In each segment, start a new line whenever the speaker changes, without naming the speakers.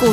股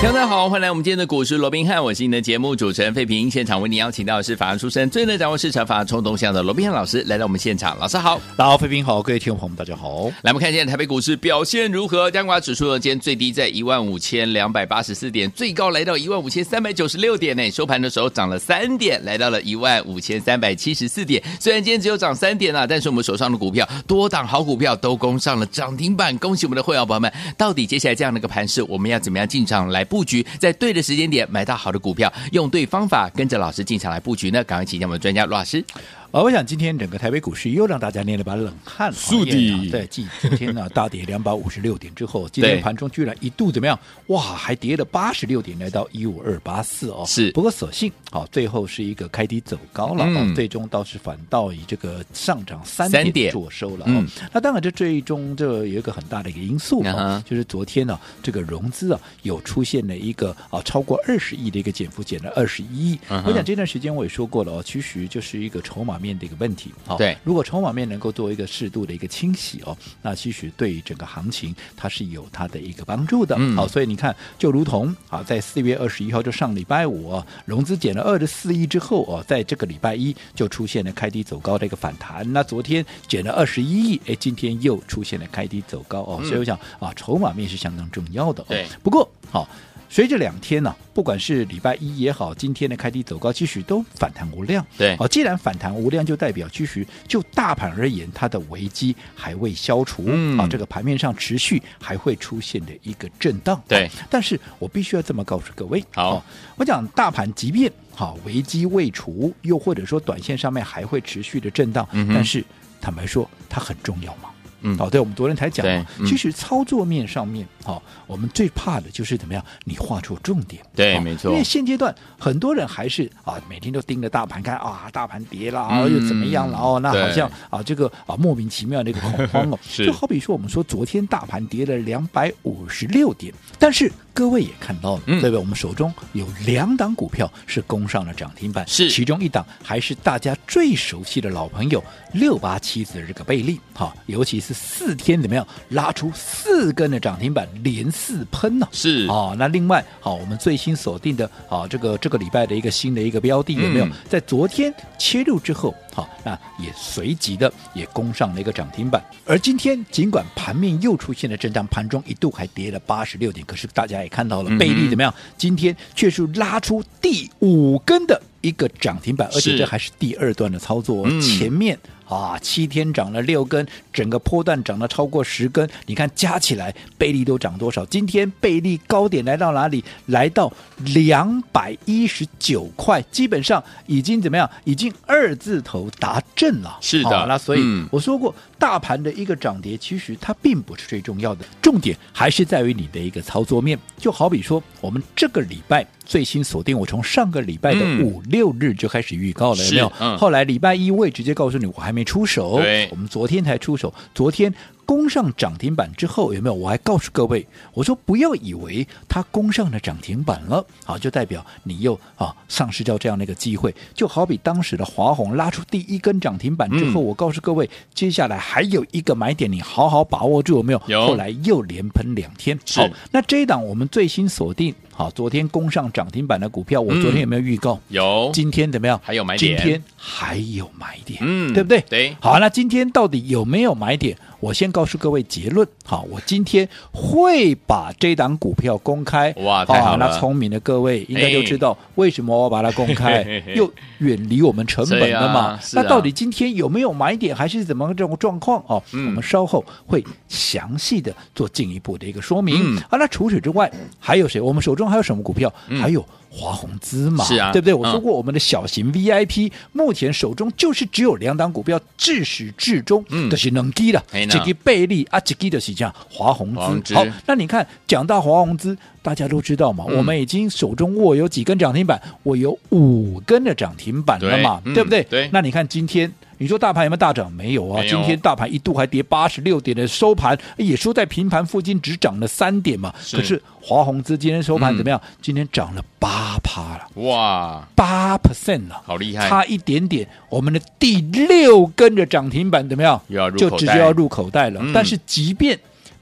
听众大家好，欢迎来我们今天的股市罗宾汉，我是你的节目主持人费平。现场为您邀请到的是法案出身、最能掌握市场法案冲动向的罗宾汉老师来到我们现场，老师好。
大家好，飞平好，各位听众朋友们，大家好。
来，我们看一下台北股市表现如何？加权指数呢，今天最低在一万五千两百八十四点，最高来到一万五千三百九十六点呢。收盘的时候涨了三点，来到了一万五千三百七十四点。虽然今天只有涨三点啊，但是我们手上的股票多档好股票都攻上了涨停板，恭喜我们的会员朋友们！到底接下来这样的一个盘势，我们要怎么样进场来布局？在对的时间点买到好的股票，用对方法，跟着老师进场来布局呢？赶快请教我们的专家罗老师。
呃，我想今天整个台北股市又让大家捏了把冷汗啊，
速
因为啊
地
对，继昨天呢大跌两百五十六点之后，今天
对
盘中居然一度怎么样？哇，还跌了八十六点，来到一五二八四哦。
是
不过所幸好、最后是一个开低走高了，
嗯
哦最终倒是反倒以这个上涨三
三
点
点
做收了、哦。
嗯
那当然，这最终这有一个很大的一个因素啊、
嗯哼
就是昨天呢、这个融资啊有出现了一个啊超过二十亿的一个减幅，减了二十一亿。
嗯哼
我想这段时间我也说过了哦，其实就是一个筹码面的一个问题。好、
对
如果筹码面能够做一个适度的一个清洗哦，那其实对于整个行情它是有它的一个帮助的。
嗯
好，所以你看，就如同啊，在四月二十一号就上礼拜五、哦、融资减了二十四亿之后哦，在这个礼拜一就出现了开低走高的一个反弹。那昨天减了二十一亿，哎，今天又出现了开低走高哦，
嗯
所以我想啊，筹码面是相当重要的、哦。
对
不过好。随着两天呢、不管是礼拜一也好，今天的开低走高，其实都反弹无量。
对
哦，既然反弹无量，就代表其实就大盘而言，它的危机还未消除，
嗯
啊，这个盘面上持续还会出现的一个震荡。
对
啊但是我必须要这么告诉各位，
好
哦我讲大盘即便好、危机未除，又或者说短线上面还会持续的震荡，
嗯哼
但是坦白说，它很重要吗？
嗯
好、对，我们昨天才讲嘛，
对嗯
其实操作面上面，好、我们最怕的就是怎么样，你画错重点。
对
哦
没错
因为现阶段很多人还是啊，每天都盯着大盘看啊，大盘跌了，啊
嗯
又怎么样了？哦，那
对，
好像啊，这个啊莫名其妙的一个恐慌哦
是
就好比说我们说昨天大盘跌了两百五十六点，但是各位也看到了，
嗯
对不对？我们手中有两档股票是攻上了涨停板，
是
其中一档还是大家最熟悉的老朋友六八七子的这个贝利，好、尤其是四天怎么样拉出四根的涨停板，连四喷呢、
是
哦，那另外好、我们最新锁定的好、这个这个礼拜的一个新的一个标的有没有、
嗯
在昨天切入之后，好、那也随即的也攻上了一个涨停板。而今天尽管盘面又出现了震荡，盘中一度还跌了八十六点，可是大家也看到了、
嗯哼
贝利怎么样，今天却是拉出第五根的。一个涨停板，而
是
且这还是第二段的操作哦，
嗯
前面啊七天涨了六根，整个波段涨了超过十根，你看加起来贝利都涨多少？今天贝利高点来到哪里？来到两百一十九块，基本上已经怎么样？已经二字头达阵了。
是的
好那所以
嗯
我说过，大盘的一个涨跌其实它并不是最重要的，重点还是在于你的一个操作面。就好比说，我们这个礼拜最新锁定，我从上个礼拜的
嗯
五六日就开始预告了，有没有
是？嗯
后来礼拜一我也直接告诉你，我还没出手
对，
我们昨天才出手，昨天。攻上涨停板之后有没有？我还告诉各位，我说不要以为它攻上了涨停板了，好就代表你又啊丧失掉这样的一个机会。就好比当时的华虹拉出第一根涨停板之后，
嗯
我告诉各位，接下来还有一个买点，你好好把握住，有没有？
有
后来又连喷两天，
是
好那这一档我们最新锁定，好，昨天攻上涨停板的股票，我昨
嗯
天有没有预告？
有
今天怎么样？
哦还有买点
今天还有买点，
嗯
对不对？
对
好，那今天到底有没有买点？我先告诉各位结论。好，我今天会把这档股票公开。
哇太好了哎
那聪明的各位应该就知道为什么我要把它公
嘿嘿
开
嘿，
又远离我们成本的
对
嘛。
啊是啊
那到底今天有没有买点，还是怎么这种状况？哦，
嗯
我们稍后会详细的做进一步的一个说明。
嗯
啊，那除此之外还有谁？我们手中还有什么股票？还有华宏资嘛，
是啊
对不对？我
嗯
说过我们的小型 VIP，、目前手中就是只有两档股票，至始至终
嗯
都是能低的，
嘿
一
呐
个贝利啊，一个就是这样华宏
华宏资
资。好，那你看讲到华宏资，大家都知道嘛，
嗯
我们已经手中握有几根涨停板，我有五根的涨停板了嘛，
对嗯
不对？
对
那你看今天。你说大盘有没有大涨？没有啊，
没有
今天大盘一度还跌八十六点的收盘，也收在平盘附近，只涨了三点嘛。
是
可是华宏资今天收盘
嗯
怎么样？今天涨了八趴了。
哇，
八 percent 了，
好厉害
差一点点，我们的第六根的涨停板怎么样？
又要入
就
口
直
袋
接要入口袋了。
嗯
但是即便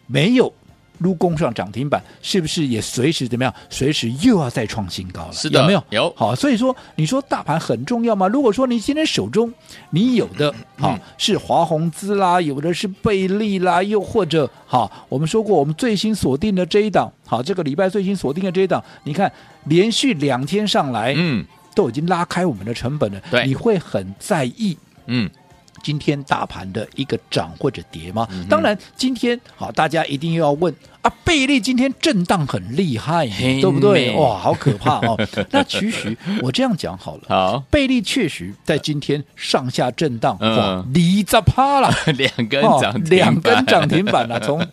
没有入攻上涨停板，是不是也随时怎么样？随时又要再创新高了？
是的
有没有？
有
好，所以说你说大盘很重要吗？如果说你今天手中你有的
嗯
好、是华宏资啦，有的是贝利啦，又或者好，我们说过我们最新锁定的这一档，好，这个礼拜最新锁定的这一档，你看连续两天上来，
嗯
都已经拉开我们的成本了，
对
你会很在意。
嗯，
今天大盘的一个涨或者跌吗？
嗯
当然，今天好，大家一定又要问啊，贝利今天震荡很厉害
嘿
耶，对不对？
妹
哇，好可怕哦！ 那其实我这样讲好了，
好，
贝利确实在今天上下震荡，
嗯
哇，离着趴了。
两根
哦
涨停板，
两根涨停板了、从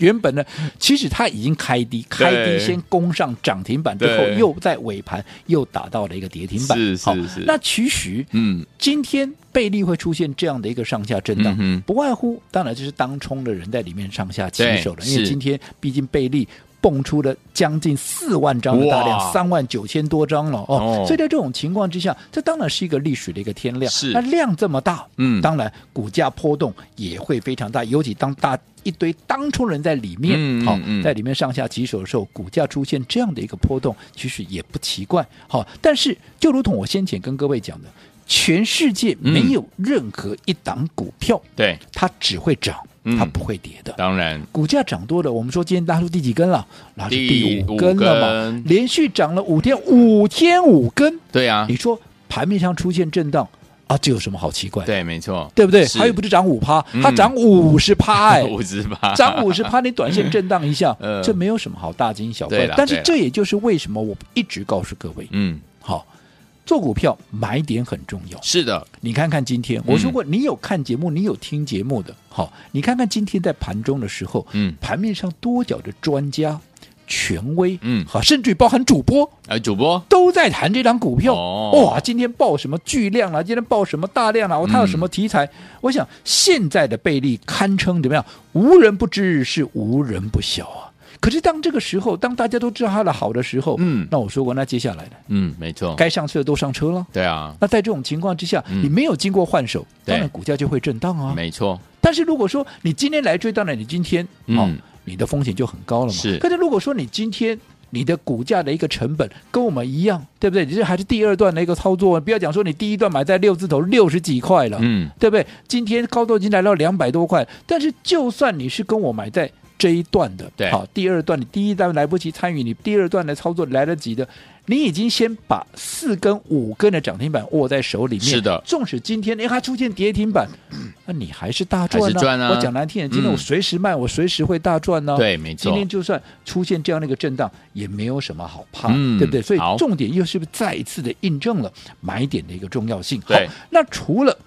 原本的其实它已经开低，开低先攻上涨停板之后，
对
又在尾盘又打到了一个跌停板。
是是
好
是
那其实
嗯，
今天贝利会出现这样的一个上下震荡，
嗯哼
不外乎当然就是当冲的人在里面上下起手了，
对
因为
是
今天毕竟贝利。蹦出了将近四万张的大
哇
量，三万九千多张了哦
哦
所以在这种情况之下，这当然是一个历史的一个天量。
是
那量这么大，
嗯
当然股价波动也会非常大，尤其当大一堆当冲人在里面，
嗯
好、
嗯嗯
在里面上下起手的时候，股价出现这样的一个波动，其实也不奇怪。好，但是就如同我先前跟各位讲的，全世界没有任何一档股票，
对，
它只会涨，
嗯
它不会跌的。
当然
股价涨多了，我们说今天拉出第几根了？拉出
第
第
五
五根了嘛，
根
连续涨了五天，五天五根。
对啊
你，说盘面上出现震荡啊，这有什么好奇怪？
对，没错，
对不对？
是
它又不是涨五趴，
嗯。
它涨五十趴哎
五十八，
涨五十趴，你短线震 荡一下
嗯，
这没有什么好大惊小
对
怪
啦。
但是
对啦
这也就是为什么我一直告诉各位，
嗯，
好，做股票买点很重要。
是的，
你看看今天，我说过，你有看节目，你有听节目的，好，你看看今天在盘中的时候，
嗯
盘面上多角的专家、权威，
嗯
好，甚至于包含主播，
哎，主播，
都在谈这张股票。
哦
哇，今天爆什么巨量啊，今天爆什么大量啊，哦它有什么题
嗯
材？我想现在的贝利堪称怎么样？无人不知，是无人不晓啊。可是当这个时候，当大家都知道它的好的时候，
嗯
那我说过，那接下来呢？
嗯，没错，
该上车的都上车了。
对啊，
那在这种情况之下，
嗯
你没有经过换手，
对
当然股价就会震荡啊。
没错，
但是如果说你今天来追，当然你今天
嗯
哦，你的风险就很高了嘛。
是
可是如果说你今天你的股价的一个成本跟我们一样，对不对？你这还是第二段的一个操作，不要讲说你第一段买在六字头六十几块了，
嗯，
对不对？今天高都已经来到两百多块，但是就算你是跟我买在这一段的，
对
好，第二段你第一段来不及参与，你第二段的操作来得及的，你已经先把四根五根的涨停板握在手里面，
是的
纵使今天哎它出现跌停板，那你还是大赚
还是赚啊
我讲难听点，今天
嗯
我随时卖，我随时会大赚呢、
对，没
今
错
天，就算出现这样的一个震荡，也没有什么好怕，
嗯
对不对？所以
好
重点又是不是再一次的印证了买点的一个重要性？好
对，
那除了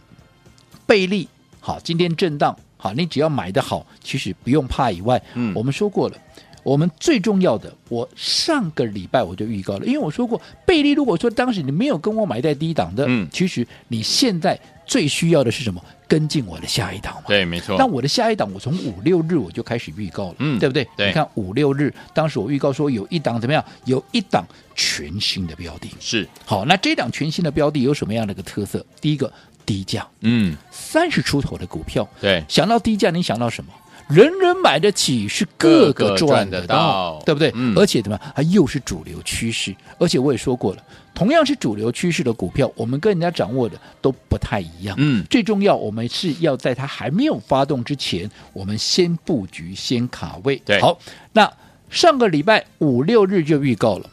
贝利，好，今天震荡，好，你只要买的好，其实不用怕以外，
嗯
我们说过了。我们最重要的，我上个礼拜我就预告了，因为我说过，贝利如果说当时你没有跟我买在低档的，
嗯
其实你现在最需要的是什么？跟进我的下一档嘛。
对，没错，
那我的下一档，我从五六日我就开始预告了，
嗯
对不对？
对
你看五六日，当时我预告说有一档怎么样？有一档全新的标的。
是，
好，那这档全新的标的有什么样的一个特色？第一个，低价，
嗯，
三十出头的股票，
对，
想到低价，你想到什么？人人买得起，是个
个个
个
赚
赚
得
得
到
到，对不对？
嗯
而且怎么样，它又是主流趋势，而且我也说过了，同样是主流趋势的股票，我们跟人家掌握的都不太一样。
嗯
最重要，我们是要在它还没有发动之前，我们先布局，先卡位。
对
好，那上个礼拜五六日就预告了，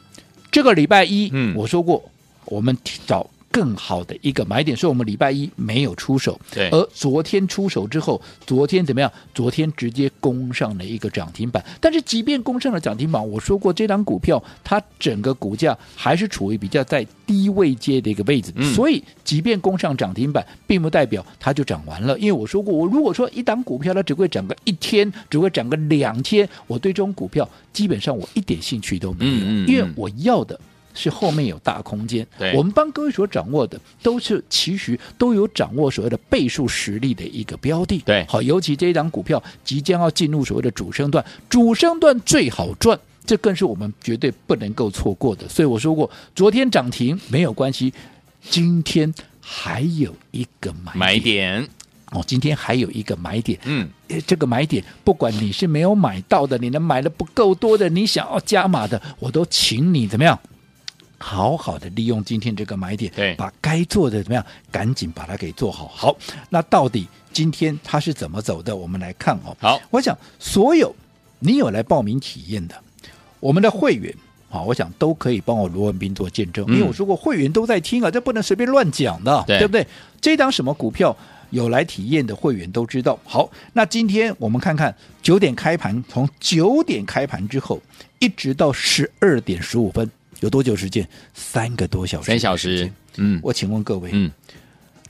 这个礼拜一，
嗯
我说过，我们找更好的一个买点，所以我们礼拜一没有出手，
对
而昨天出手之后，昨天怎么样？昨天直接攻上了一个涨停板。但是即便攻上了涨停板，我说过这档股票它整个股价还是处于比较在低位阶的一个位置，
嗯
所以即便攻上涨停板，并不代表它就涨完了。因为我说过，我如果说一档股票它只会涨个一天，只会涨个两天，我对这种股票基本上我一点兴趣都没有，
嗯嗯嗯
因为我要的是后面有大空间
对。
我们帮各位所掌握的都是其实都有掌握所谓的倍数实力的一个标的。
对
好，尤其这一档股票即将要进入所谓的主升段，主升段最好赚。这更是我们绝对不能够错过的，所以我说过，昨天涨停没有关系，今天还有一个买点
买点，
哦，今天还有一个买点，
嗯，
呃这个买点，不管你是没有买到的，你能买的不够多的，你想要加码的，我都请你怎么样？好好的利用今天这个买点，
对
把该做的怎么样，赶紧把它给做好。好，那到底今天它是怎么走的？我们来看哦。
好，
我想所有你有来报名体验的，我们的会员。好，我想都可以帮我罗文斌做见证，
嗯
因为我说过会员都在听啊，这不能随便乱讲的，
对
不对？这档什么股票有来体验的会员都知道。好，那今天我们看看九点开盘，从九点开盘之后一直到十二点十五分，有多久时间？三个多小时。
三小时，，嗯
我请问各位，
嗯，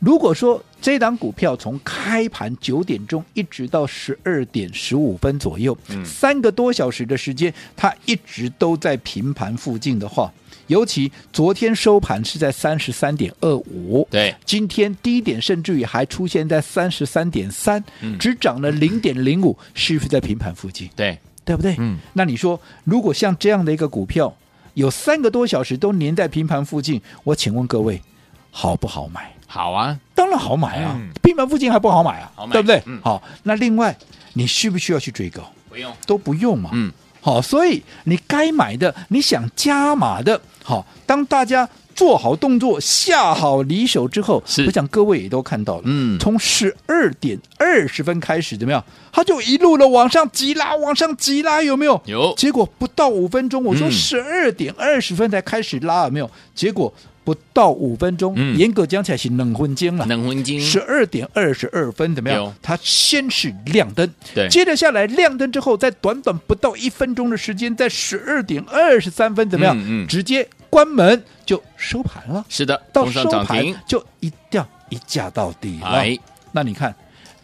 如果说这档股票从开盘九点钟一直到十二点十五分左右，
嗯
三个多小时的时间，它一直都在平盘附近的话，尤其昨天收盘是在三十三点二五，
对，
今天低点甚至于还出现在三十三点三，
嗯
只涨了零点零五，是不是在平盘附近？
对，
对不对？
嗯，
那你说，如果像这样的一个股票，有三个多小时都粘在平盘附近，我请问各位，好不好买？
好啊，
当然好买啊
嗯，
平盘附近还不好买啊，
好买
对不对？
嗯
好，那另外你需不需要去追高？
不用，
都不用嘛。
嗯，
好，所以你该买的，你想加码的，好，当大家做好动作、下好离手之后，
是
我想各位也都看到了，
嗯
从十二点二十分开始，怎么样？它就一路的往上急拉，往上急拉，有没有？
有
结果不到五分钟，我说
嗯
十二点二十分才开始拉，有没有？结果不到五分钟，
嗯
严格讲起来是冷昏间了。
能婚金，
十二点二十二分怎么
有
样？它先是亮灯，
对
接着下来亮灯之后，在短短不到一分钟的时间，在十二点二十三分怎么样？
嗯嗯
直接关门就收盘了，
是的，
到
冲
收
上涨
盘
停，
就一掉一价到底了。
哎，
那你看。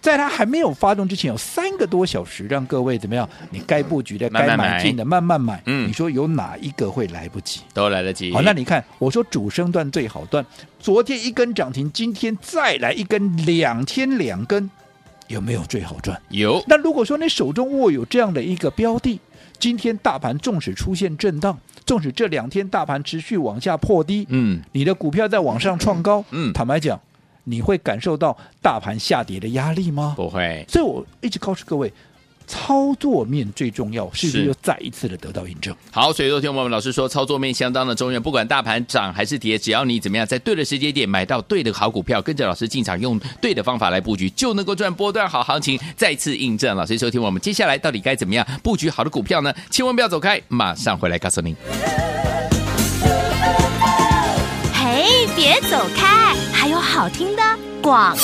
在它还没有发动之前，有三个多小时，让各位怎么样？你该布局的、
慢慢
该
买
买进的，慢慢买。
嗯
你说有哪一个会来不及？
都来得及。
好，那你看，我说主升段最好段，昨天一根涨停，今天再来一根，两天两根，有没有最好赚？
有，
那如果说你手中握有这样的一个标的，今天大盘纵使出现震荡，纵使这两天大盘持续往下破低，
嗯，
你的股票在往上创高，
嗯
坦白讲，你会感受到大盘下跌的压力吗？
不会，
所以我一直告诉各位，操作面最重要，是不
是
是又再一次的得到印证？
好，所以昨天我们老师说，操作面相当的重要，不管大盘涨还是跌，只要你怎么样，在对的时间点买到对的好股票，跟着老师进场，用对的方法来布局，就能够赚波段好行情。再次印证，老师收听我们接下来到底该怎么样布局好的股票呢？千万不要走开，马上回来告诉您。
嘿，别走开，还有好听的广。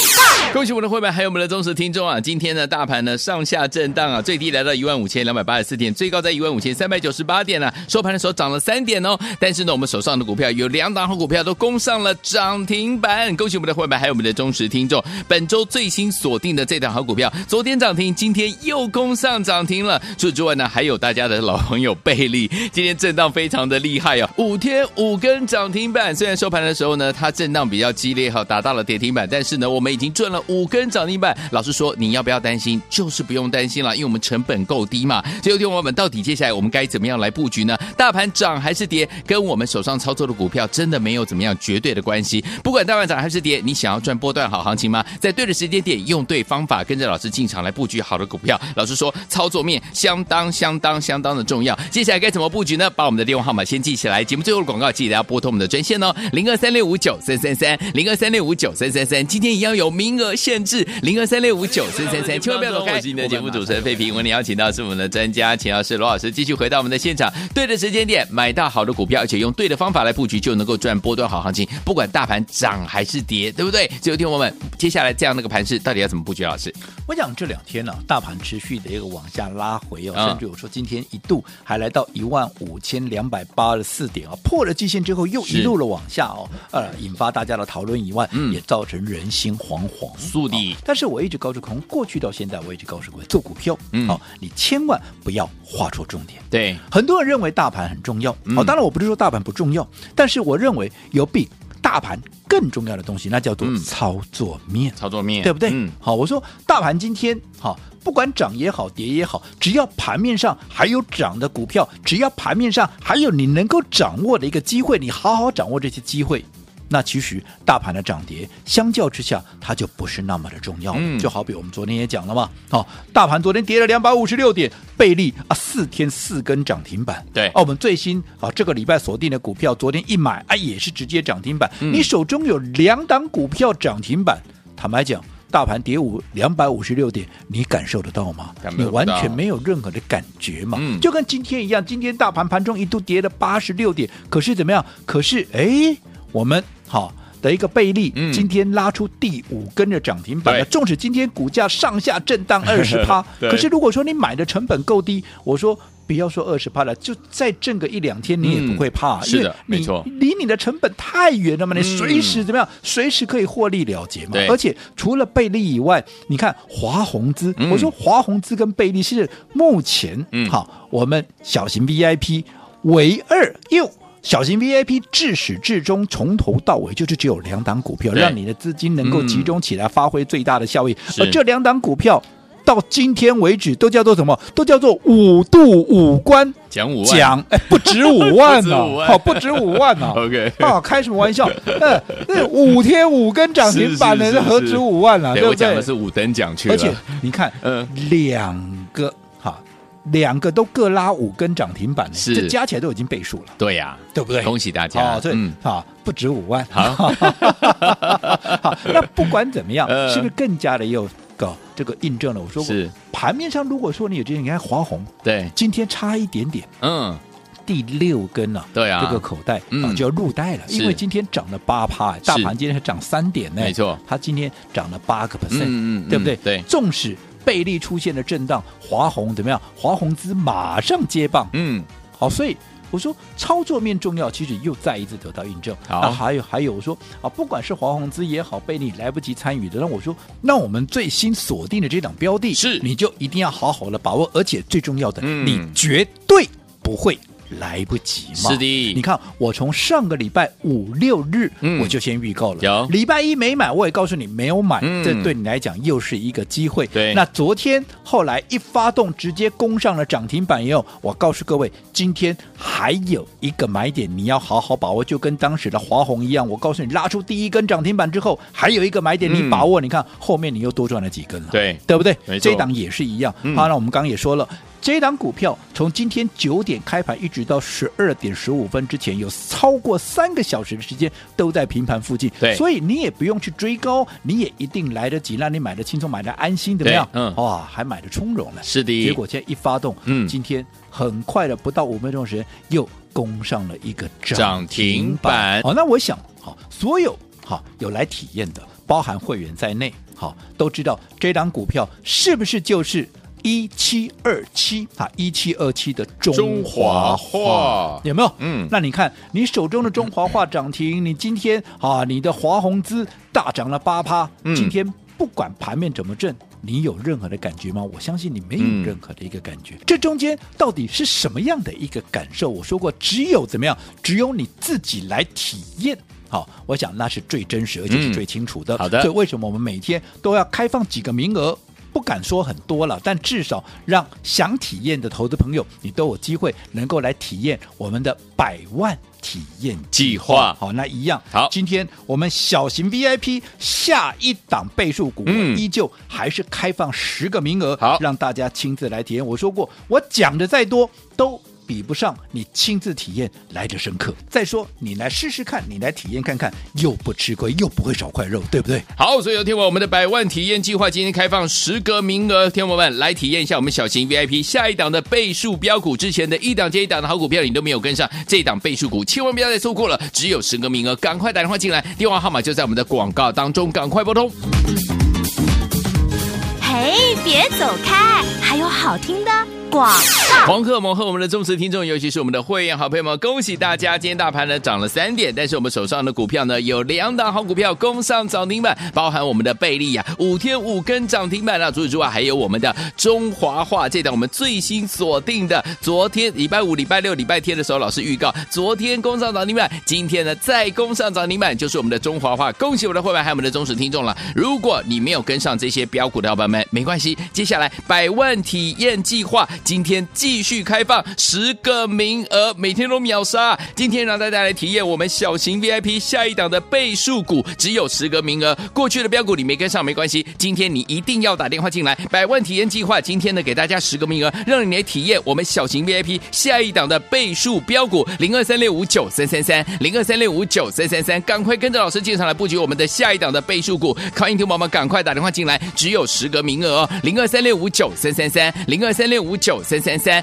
恭喜我们的会员，还有我们的忠实听众啊！今天呢，大盘呢上下震荡啊，最低来到一万五千两百八十四点，最高在一万五千三百九十八点呢、收盘的时候涨了三点哦，但是呢，我们手上的股票有两档好股票都攻上了涨停板。恭喜我们的会员，还有我们的忠实听众，本周最新锁定的这档好股票，昨天涨停，今天又攻上涨停了。除此之外呢，还有大家的老朋友贝利，今天震荡非常的厉害哦，五天五根涨停板。虽然收盘的时候呢，它震荡比较激烈哈、打到了跌停板，但是呢，我们已经赚了五根涨停板。老实说，你要不要担心？就是不用担心了，因为我们成本够低嘛。 所以，听我们到底接下来我们该怎么样来布局呢？大盘涨还是跌，跟我们手上操作的股票真的没有怎么样绝对的关系。不管大盘涨还是跌，你想要赚波段好行情吗？在对的时间点，用对方法，跟着老师进场来布局好的股票。老师说，操作面相当相当相当的重要。接下来该怎么布局呢？把我们的电话号码先记起来。节目最后的广告记得要拨通我们的专线哦，零二三六五九三三三，零二三六五九三三三。今天一样有名额限制，零二三六五九三三三，千万不要走开。我是你的节目主持人费平，为你邀请到是我们的专家钱老师罗老师，继续回到我们的现场。对的时间点买到好的股票，而且用对的方法来布局，就能够赚波段好行情。不管大盘涨还是跌，对不对？所以听我们接下来这样的一个盘势，到底要怎么布局？老师，
我想这两天呢、大盘持续的一个往下拉回哦，
嗯
甚至有说今天一度还来到一万五千两百八十四点啊、破了季线之后又
是
一路的往下哦，呃，引发大家的讨论以外，
嗯
也造成人心惶惶。
速的
哦但是我一直告诉，从过去到现在，我一直告诉各位，做股票，
嗯
好、你千万不要画错重点。
对，
很多人认为大盘很重要，好、哦
嗯
当然我不是说大盘不重要，但是我认为有比大盘更重要的东西，那叫做
嗯
操作面。
操作面
对不对？
嗯，
好，我说大盘今天好，不管涨也好，跌也好，只要盘面上还有涨的股票，只要盘面上还有你能够掌握的一个机会，你好好掌握这些机会。那其实大盘的涨跌相较之下，它就不是那么的重要了。
嗯
就好比我们昨天也讲了嘛，哦，大盘昨天跌了两百五十六点，贝利啊四天四根涨停板。
对
哦，我们最新啊这个礼拜锁定的股票，昨天一买啊也是直接涨停板。
嗯
你手中有两档股票涨停板，坦白讲，大盘跌五两百五十六点，你感受得到吗
感？受
你
不到
完全没有任何的感觉嘛？
嗯
就跟今天一样，今天大盘盘中一度跌了八十六点，可是怎么样？可是哎，我们好。的一个贝利，
嗯
今天拉出第五根的涨停板了。
对
纵使今天股价上下震
，
荡二十趴
对
可是如果说你买的成本够低，我说不要说二十趴了，就再震个一两天，你也
嗯
不会怕，
是的
因为你
没错
离你的成本太远了嘛，你
嗯
随时怎么样，随时可以获利了结嘛
对。
而且除了贝利以外，你看华宏资，
嗯
我说华宏资跟贝利是目前
嗯
好我们小型 VIP 唯二又。小型 VIP 至始至终从头到尾就是只有两档股票，
对
让你的资金能够
嗯
集中起来，发挥最大的效益。
是
而这两档股票到今天为止都叫做什么？都叫做五度五关
讲五万，
奖，哎，不止五万呢、
不止五万
好，不止五万呢、
OK
啊，开什么玩笑？呃，那五天五根涨停板
是
呢，
是是
那何止五万呢、
对
啊对
我
不
讲
对
的？是五等奖去了，
而且你看，
嗯
两个哈，两个都各拉五根涨停板呢，
是
这加起来都已经倍数了，
对呀，
对不对？
恭喜大家，
哦，对，
嗯
啊，不止五万。
好，
好，那不管怎么样，
呃
是不是更加的有个这个印证了？我说过
是，
盘面上如果说你有这些，你看华虹
对，
今天差一点点，
嗯，
第六根了、
对啊，
这个口袋
嗯
啊就要入袋了，
是
因为今天涨了八趴，大盘今天是涨三点呢，
没错
它今天涨了八个
嗯嗯嗯
percent，对不对？
对
纵使贝利出现了震荡，华虹怎么样？华虹资马上接棒，
嗯，
好，所以我说操作面重要，其实又再一次得到印证。
好
那还有还有我说啊，不管是华宏资也好，被你来不及参与的，那我说，那我们最新锁定的这档标的，
是
你就一定要好好的把握，而且最重要的，
嗯
你绝对不会。来不及嘛？
是的
你看我从上个礼拜五六日，
嗯
我就先预告了。
有
礼拜一没买，我也告诉你没有买，
嗯
这对你来讲又是一个机会。
对
那昨天后来一发动，直接攻上了涨停板以后，我告诉各位，今天还有一个买点，你要好好把握，就跟当时的华虹一样。我告诉你，拉出第一根涨停板之后，还有一个买点，
嗯
你把握，你看后面你又多赚了几根了，
对
对不对
没？错
这档也是一样。
嗯
好，那我们刚刚也说了。这档股票从今天九点开盘一直到十二点十五分之前，有超过三个小时的时间都在平盘附近，
对
所以你也不用去追高，你也一定来得及，让你买的轻松，买的安心，怎么样？
对嗯
哇，还买的从容呢。
是的，
结果现在一发动，
嗯
今天很快的不到五分钟的时间又攻上了一个
涨
涨
停
停
板
板。好，那我想，好，所有好有来体验的，包含会员在内，好都知道这档股票是不是就是。一七二七啊，一七二七的
中
中
华
华
化
化有没有？
嗯
那你看你手中的中华化涨停，你今天啊，你的华宏资大涨了八趴，
嗯
今天不管盘面怎么震，你有任何的感觉吗？我相信你没有任何的一个感觉。这中间到底是什么样的一个感受？我说过，只有怎么样，只有你自己来体验。好，我想那是最真实，而且
嗯
是最清楚的。
好的
所以为什么我们每天都要开放几个名额？不敢说很多了，但至少让想体验的投资朋友，你都有机会能够来体验我们的百万体验
计划
好，那一样。
好
今天我们小型 VIP 下一档倍数股，
嗯
我依旧还是开放十个名额，
好
让大家亲自来体验。我说过，我讲的再多都。比不上你亲自体验来的深刻。再说，你来试试看，你来体验看看，又不吃亏，又不会少块肉，对不对？
好，所以有听我我们的百万体验计划今天开放十个名额，听友们来体验一下我们小型 VIP 下一档的倍数标股，之前的一档接一档的好股票你都没有跟上，这一档倍数股千万不要再错过了，只有十个名额，赶快打电话进来，电话号码就在我们的广告当中，赶快拨通。
嘿，别走开，还有好听的
广。
黄鹤盟和我们的忠实听众，尤其是我们的会员好朋友们，恭喜大家！今天大盘呢涨了三点，但是我们手上的股票呢有两档好股票攻上涨停板，包含我们的贝利呀、五天五根涨停板啊，除此之外还有我们的中华化这档我们最新锁定的，昨天礼拜五、礼拜六、礼拜天的时候，老师预告昨天攻上涨停板，今天呢再攻上涨停板，就是我们的中华化，恭喜我们的会员还有我们的忠实听众了。如果你没有跟上这些标股的伙伴们，没关系，接下来百万体验计划今天继续开放十个名额，每天都秒杀。今天让大家来体验我们小型 VIP 下一档的倍数股，只有十个名额。过去的标股你没跟上没关系，今天你一定要打电话进来。百万呃体验计划今天呢给大家十个名额，让你来体验我们小型 VIP 下一档的倍数标股零二三六五九三三三零二三六五九三三三，赶快跟着老师进场来布局我们的下一档的倍数股。欢迎听众朋友们赶快打电话进来，只有十个名额哦，零二三六五九三三三零二三六五九三三三